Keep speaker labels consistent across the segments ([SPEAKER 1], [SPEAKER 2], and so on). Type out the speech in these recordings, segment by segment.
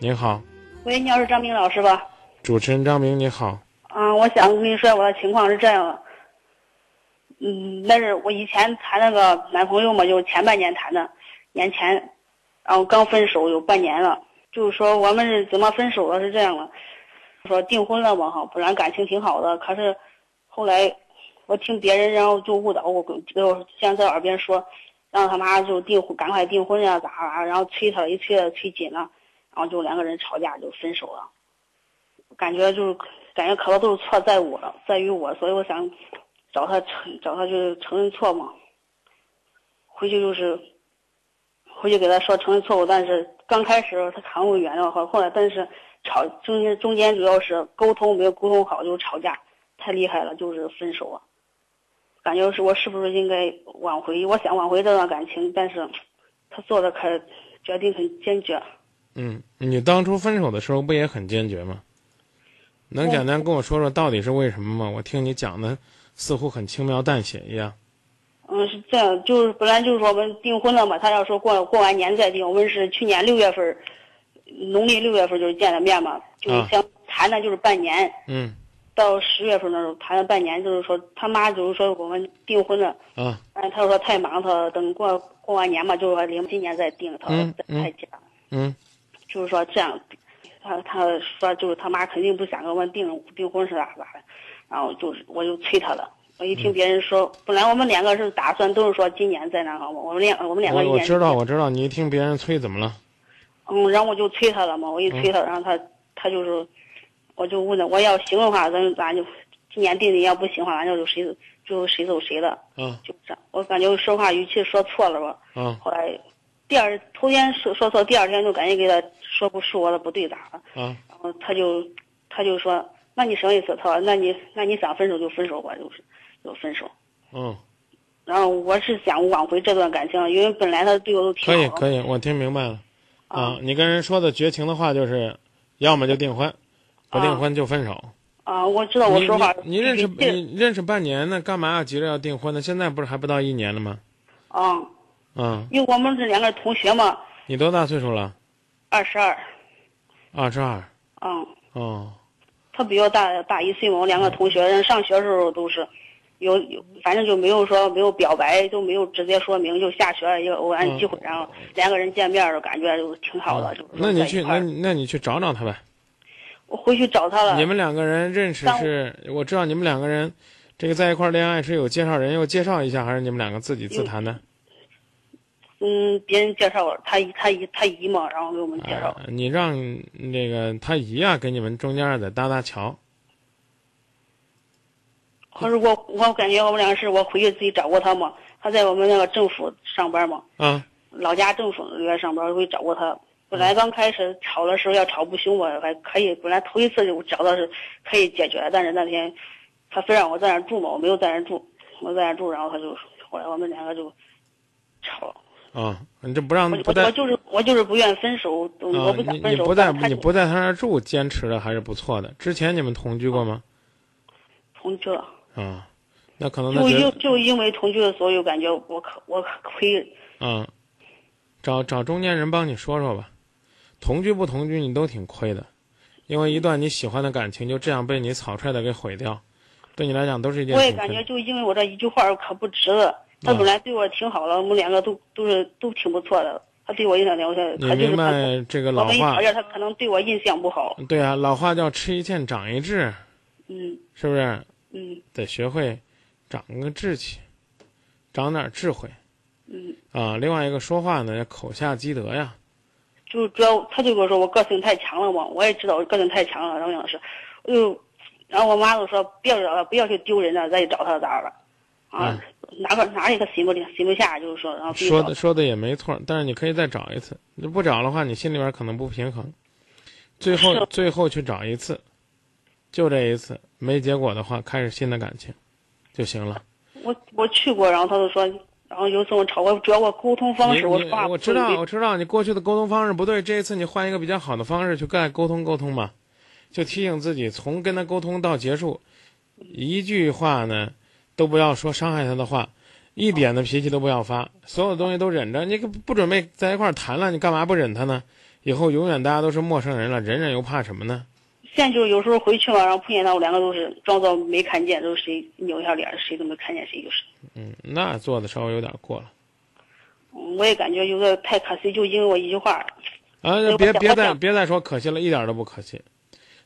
[SPEAKER 1] 您好，
[SPEAKER 2] 喂，你好，是张明老师吧？
[SPEAKER 1] 主持人张明，你好。
[SPEAKER 2] 啊，我想跟你说，我的情况是这样的，嗯，那是我以前谈那个男朋友嘛，就是前半年谈的，年前，然后刚分手有半年了，就是说我们是怎么分手的？是这样的，说订婚了嘛哈，本来感情挺好的，可是后来我听别人，然后就误导我，给我像在耳边说，让他妈就订婚，赶快订婚呀、咋咋，然后催他了，一催他催紧了，然后就两个人吵架就分手了。感觉就是感觉可能都是错在我了，在于我，所以我想找他承找他就是承认错嘛。回去就是回去给他说承认错误，但是刚开始他可能会原谅后，后来但是吵中间中间主要是沟通没有沟通好，就是吵架太厉害了，就是分手啊。感觉是我是不是应该挽回？我想挽回这段感情，但是他做的可决定很坚决。
[SPEAKER 1] 嗯，你当初分手的时候不也很坚决吗？能简单跟我说说到底是为什么吗？我听你讲的似乎很轻描淡写一样。
[SPEAKER 2] 嗯，是这样，就是本来就是说我们订婚了嘛，他要说过过完年再订，我们是去年六月份儿，农历六月份儿就是见的面嘛，
[SPEAKER 1] 啊
[SPEAKER 2] 就是相谈的就是半年，
[SPEAKER 1] 嗯
[SPEAKER 2] 到十月份那时候谈了半年，就是说他妈就是说我们订婚了，
[SPEAKER 1] 啊
[SPEAKER 2] 但是他说太忙，他等过过完年嘛，就是说零今年再订，他说
[SPEAKER 1] 嗯
[SPEAKER 2] 再
[SPEAKER 1] 嗯
[SPEAKER 2] 太假，
[SPEAKER 1] 嗯
[SPEAKER 2] 就是说这样，他他说就是他妈肯定不想跟我们订订婚是咋咋的，然后就是我就催他了。我一
[SPEAKER 1] 嗯
[SPEAKER 2] 听别人说，本来我们两个是打算都是说今年再那个嘛，我们两我们两个
[SPEAKER 1] 我
[SPEAKER 2] 一
[SPEAKER 1] 我
[SPEAKER 2] 年
[SPEAKER 1] 知道我知道，你一听别人催怎么了？
[SPEAKER 2] 嗯，然后我就催他了嘛，我一催
[SPEAKER 1] 嗯
[SPEAKER 2] 他，然后他他就是，我就问他，我要行的话，咱就咱就今年定的，要不行的话，咱就就谁就谁走谁的，
[SPEAKER 1] 啊
[SPEAKER 2] 就这样。我感觉说话语气说错了吧，
[SPEAKER 1] 啊
[SPEAKER 2] 后来第二头天说说错，第二天就感觉给他说不是我的不对咋了，
[SPEAKER 1] 啊！
[SPEAKER 2] 然后他就他就说，那你什么意思？他说，那你那你想分手就分手吧，就是就分手。
[SPEAKER 1] 嗯，
[SPEAKER 2] 然后我是想挽回这段感情，因为本来他对我都挺
[SPEAKER 1] 可以
[SPEAKER 2] 好的，
[SPEAKER 1] 可以，我听明白了。啊
[SPEAKER 2] 啊，
[SPEAKER 1] 你跟人说的绝情的话就是，要么就订婚，不订婚就分手。
[SPEAKER 2] 啊，我知道我
[SPEAKER 1] 你
[SPEAKER 2] 说话
[SPEAKER 1] 你你认识
[SPEAKER 2] 语气
[SPEAKER 1] 你认识半年呢，干嘛要急着要订婚呢？现在不是还不到一年了吗？
[SPEAKER 2] 啊。
[SPEAKER 1] 啊，
[SPEAKER 2] 因为我们是两个同学嘛，
[SPEAKER 1] 你多大岁数了？
[SPEAKER 2] 二十二，
[SPEAKER 1] 二十二。
[SPEAKER 2] 嗯，
[SPEAKER 1] 哦，
[SPEAKER 2] 他比我大大一岁嘛，我两个同学，人上学时候都是，有有，反正就没有说没有表白，就没有直接说明，就下学一个偶然机会，然后两个人见面了，感觉就挺好的，就是
[SPEAKER 1] 嗯那你
[SPEAKER 2] 在一
[SPEAKER 1] 去，那
[SPEAKER 2] 块儿
[SPEAKER 1] 你那你去找找他呗。
[SPEAKER 2] 我回去找他了，
[SPEAKER 1] 你们两个人认识
[SPEAKER 2] 但
[SPEAKER 1] 是，我知道你们两个人，这个在一块儿恋爱是有介绍人又介绍一下，还是你们两个自己自谈的？
[SPEAKER 2] 嗯，别人介绍他姨他姨他姨嘛，然后给我们介绍，
[SPEAKER 1] 哎你让那个他姨啊给你们中间得搭搭桥。
[SPEAKER 2] 可是我我感觉我们两个是我回去自己找过他嘛，他在我们那个政府上班嘛，
[SPEAKER 1] 啊
[SPEAKER 2] 老家政府里边上班，会找过他。
[SPEAKER 1] 嗯
[SPEAKER 2] 本来刚开始吵的时候要吵不凶吧，还可以。本来头一次就找到是可以解决，但是那天他非让我在那儿住嘛，我没有在那儿住，我在那儿住，然后他就后来我们两个就吵了。
[SPEAKER 1] 啊，你这不让
[SPEAKER 2] 我
[SPEAKER 1] 不
[SPEAKER 2] 我
[SPEAKER 1] 带
[SPEAKER 2] 我
[SPEAKER 1] 啊？
[SPEAKER 2] 就是我就是不愿分手，嗯我不想
[SPEAKER 1] 你
[SPEAKER 2] 分
[SPEAKER 1] 你
[SPEAKER 2] 手。
[SPEAKER 1] 不在
[SPEAKER 2] 但他
[SPEAKER 1] 你不在他那儿住，坚持的还是不错的。之前你们同居过吗？
[SPEAKER 2] 同居了，
[SPEAKER 1] 啊，那可能他
[SPEAKER 2] 就
[SPEAKER 1] 觉
[SPEAKER 2] 因
[SPEAKER 1] 得
[SPEAKER 2] 就因为同居的所以我感觉我可我可亏。
[SPEAKER 1] 啊，找找中间人帮你说说吧。同居不同居，你都挺亏的，因为一段你喜欢的感情就这样被你草率的给毁掉，对你来讲都是一件
[SPEAKER 2] 我也
[SPEAKER 1] 挺
[SPEAKER 2] 感
[SPEAKER 1] 亏的
[SPEAKER 2] 觉就因为我这一句话儿可不值了。他
[SPEAKER 1] 啊
[SPEAKER 2] 本来对我挺好的，我们两个都都是都挺不错的。他对我印象挺不错的，
[SPEAKER 1] 你
[SPEAKER 2] 他就是
[SPEAKER 1] 明
[SPEAKER 2] 他
[SPEAKER 1] 白这个
[SPEAKER 2] 我
[SPEAKER 1] 老
[SPEAKER 2] 们一
[SPEAKER 1] 话
[SPEAKER 2] 吵，架，他可能对我印象不好。
[SPEAKER 1] 对啊，老话叫吃一堑长一智，
[SPEAKER 2] 嗯
[SPEAKER 1] 是不是？
[SPEAKER 2] 嗯
[SPEAKER 1] 得学会长个志气，长点智慧
[SPEAKER 2] 嗯，
[SPEAKER 1] 啊。另外一个说话呢，要口下积德呀。
[SPEAKER 2] 就是主要他就跟我说我个性太强了嘛，我也知道我个性太强了，然后老师，我就，然后我妈就说不要去找他，不要去丢人了，再去找他咋了？啊，哪个哪里他心不里心不下，就是说，然后非
[SPEAKER 1] 嗯说
[SPEAKER 2] 找
[SPEAKER 1] 的说的也没错，但是你可以再找一次。你不找的话，你心里边可能不平衡。最后
[SPEAKER 2] 是
[SPEAKER 1] 最后去找一次，就这一次，没结果的话，开始新的感情就行了。
[SPEAKER 2] 我我去过，然后他就说，然后有次我吵，我主要我沟通方
[SPEAKER 1] 你
[SPEAKER 2] 式，我
[SPEAKER 1] 你
[SPEAKER 2] 说话
[SPEAKER 1] 我
[SPEAKER 2] 不
[SPEAKER 1] 知道
[SPEAKER 2] 注意
[SPEAKER 1] 我知道你过去的沟通方式不对，这一次你换一个比较好的方式去跟他沟通沟通吧，就提醒自己从跟他沟通到结束，一句话呢都不要说伤害他的话，一点的脾气都不要发，所有的东西都忍着。你可不准备在一块儿谈了，你干嘛不忍他呢？以后永远大家都是陌生人了，忍忍又怕什么呢？
[SPEAKER 2] 现在就是有时候回去嘛，然后碰见他，我两个都是装作没看见，都是谁扭一下脸，谁都没看见谁就是。
[SPEAKER 1] 嗯，那做的稍微有点过了。
[SPEAKER 2] 嗯我也感觉有点太可惜，就因为我一句话。
[SPEAKER 1] 啊，
[SPEAKER 2] 对
[SPEAKER 1] 别
[SPEAKER 2] 我想
[SPEAKER 1] 别
[SPEAKER 2] 我
[SPEAKER 1] 再
[SPEAKER 2] 想
[SPEAKER 1] 别再说可惜了，一点都不可惜。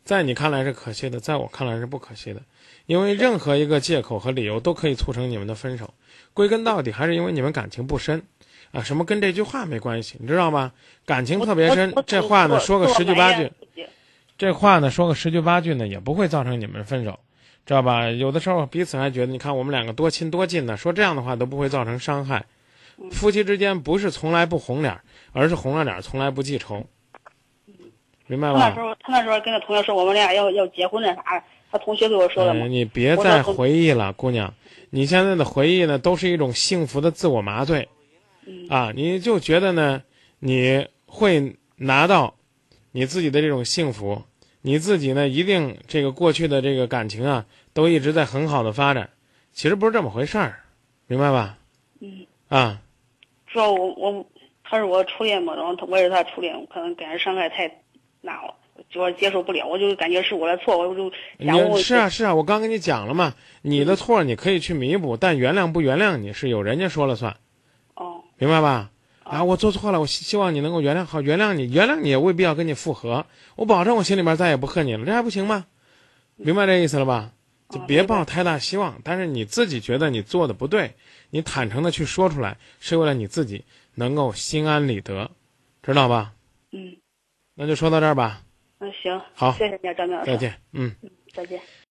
[SPEAKER 1] 在你看来是可惜的，在我看来是不可惜的，因为任何一个借口和理由都可以促成你们的分手。归根到底，还是因为你们感情不深啊，什么跟这句话没关系，你知道吗？感情特别深
[SPEAKER 2] 我我，
[SPEAKER 1] 这话呢
[SPEAKER 2] 我
[SPEAKER 1] 说个
[SPEAKER 2] 我
[SPEAKER 1] 十句
[SPEAKER 2] 埋
[SPEAKER 1] 八
[SPEAKER 2] 怨
[SPEAKER 1] 句，
[SPEAKER 2] 自己
[SPEAKER 1] 这话呢说个十句八句呢，也不会造成你们分手，知道吧？有的时候彼此还觉得，你看我们两个多亲多近呢，说这样的话都不会造成伤害。夫妻之间不是从来不红脸儿，而是红了脸儿从来不记仇，明白
[SPEAKER 2] 他那时
[SPEAKER 1] 吧？
[SPEAKER 2] 候，他那时候跟他同学说我们俩要要结婚那啥，他同学给我说的嘛
[SPEAKER 1] 嗯，。你别
[SPEAKER 2] 我
[SPEAKER 1] 再
[SPEAKER 2] 倒是
[SPEAKER 1] 回忆了，姑娘，你现在的回忆呢，都是一种幸福的自我麻醉，
[SPEAKER 2] 嗯
[SPEAKER 1] 啊，你就觉得呢，你会拿到你自己的这种幸福，你自己呢，一定这个过去的这个感情啊，都一直在很好的发展，其实不是这么回事儿，明白吧？
[SPEAKER 2] 嗯，
[SPEAKER 1] 啊，
[SPEAKER 2] 说我我他是我初恋嘛，然后他我也是他初恋，我可能感觉伤害太大了，我接受不了，我就感觉是我的错，我就
[SPEAKER 1] 你
[SPEAKER 2] 想我
[SPEAKER 1] 是啊是啊，我刚跟你讲了嘛，你的错你可以去弥补，但原谅不原谅你是有人家说了算。
[SPEAKER 2] 哦
[SPEAKER 1] 明白吧？
[SPEAKER 2] 啊
[SPEAKER 1] 啊，我做错了，我希希望你能够原谅，好原谅你，原谅你也未必要跟你复合，我保证我心里边再也不恨你了，这还不行吗？明白这意思了吧？就
[SPEAKER 2] 嗯
[SPEAKER 1] 别
[SPEAKER 2] 明白
[SPEAKER 1] 抱太大希望，但是你自己觉得你做的不对，你坦诚的去说出来，是为了你自己能够心安理得，知道吧？
[SPEAKER 2] 嗯
[SPEAKER 1] 那就说到这儿吧，
[SPEAKER 2] 那行，
[SPEAKER 1] 好
[SPEAKER 2] 谢谢你啊，张明老师，
[SPEAKER 1] 再见，嗯。
[SPEAKER 2] 再见。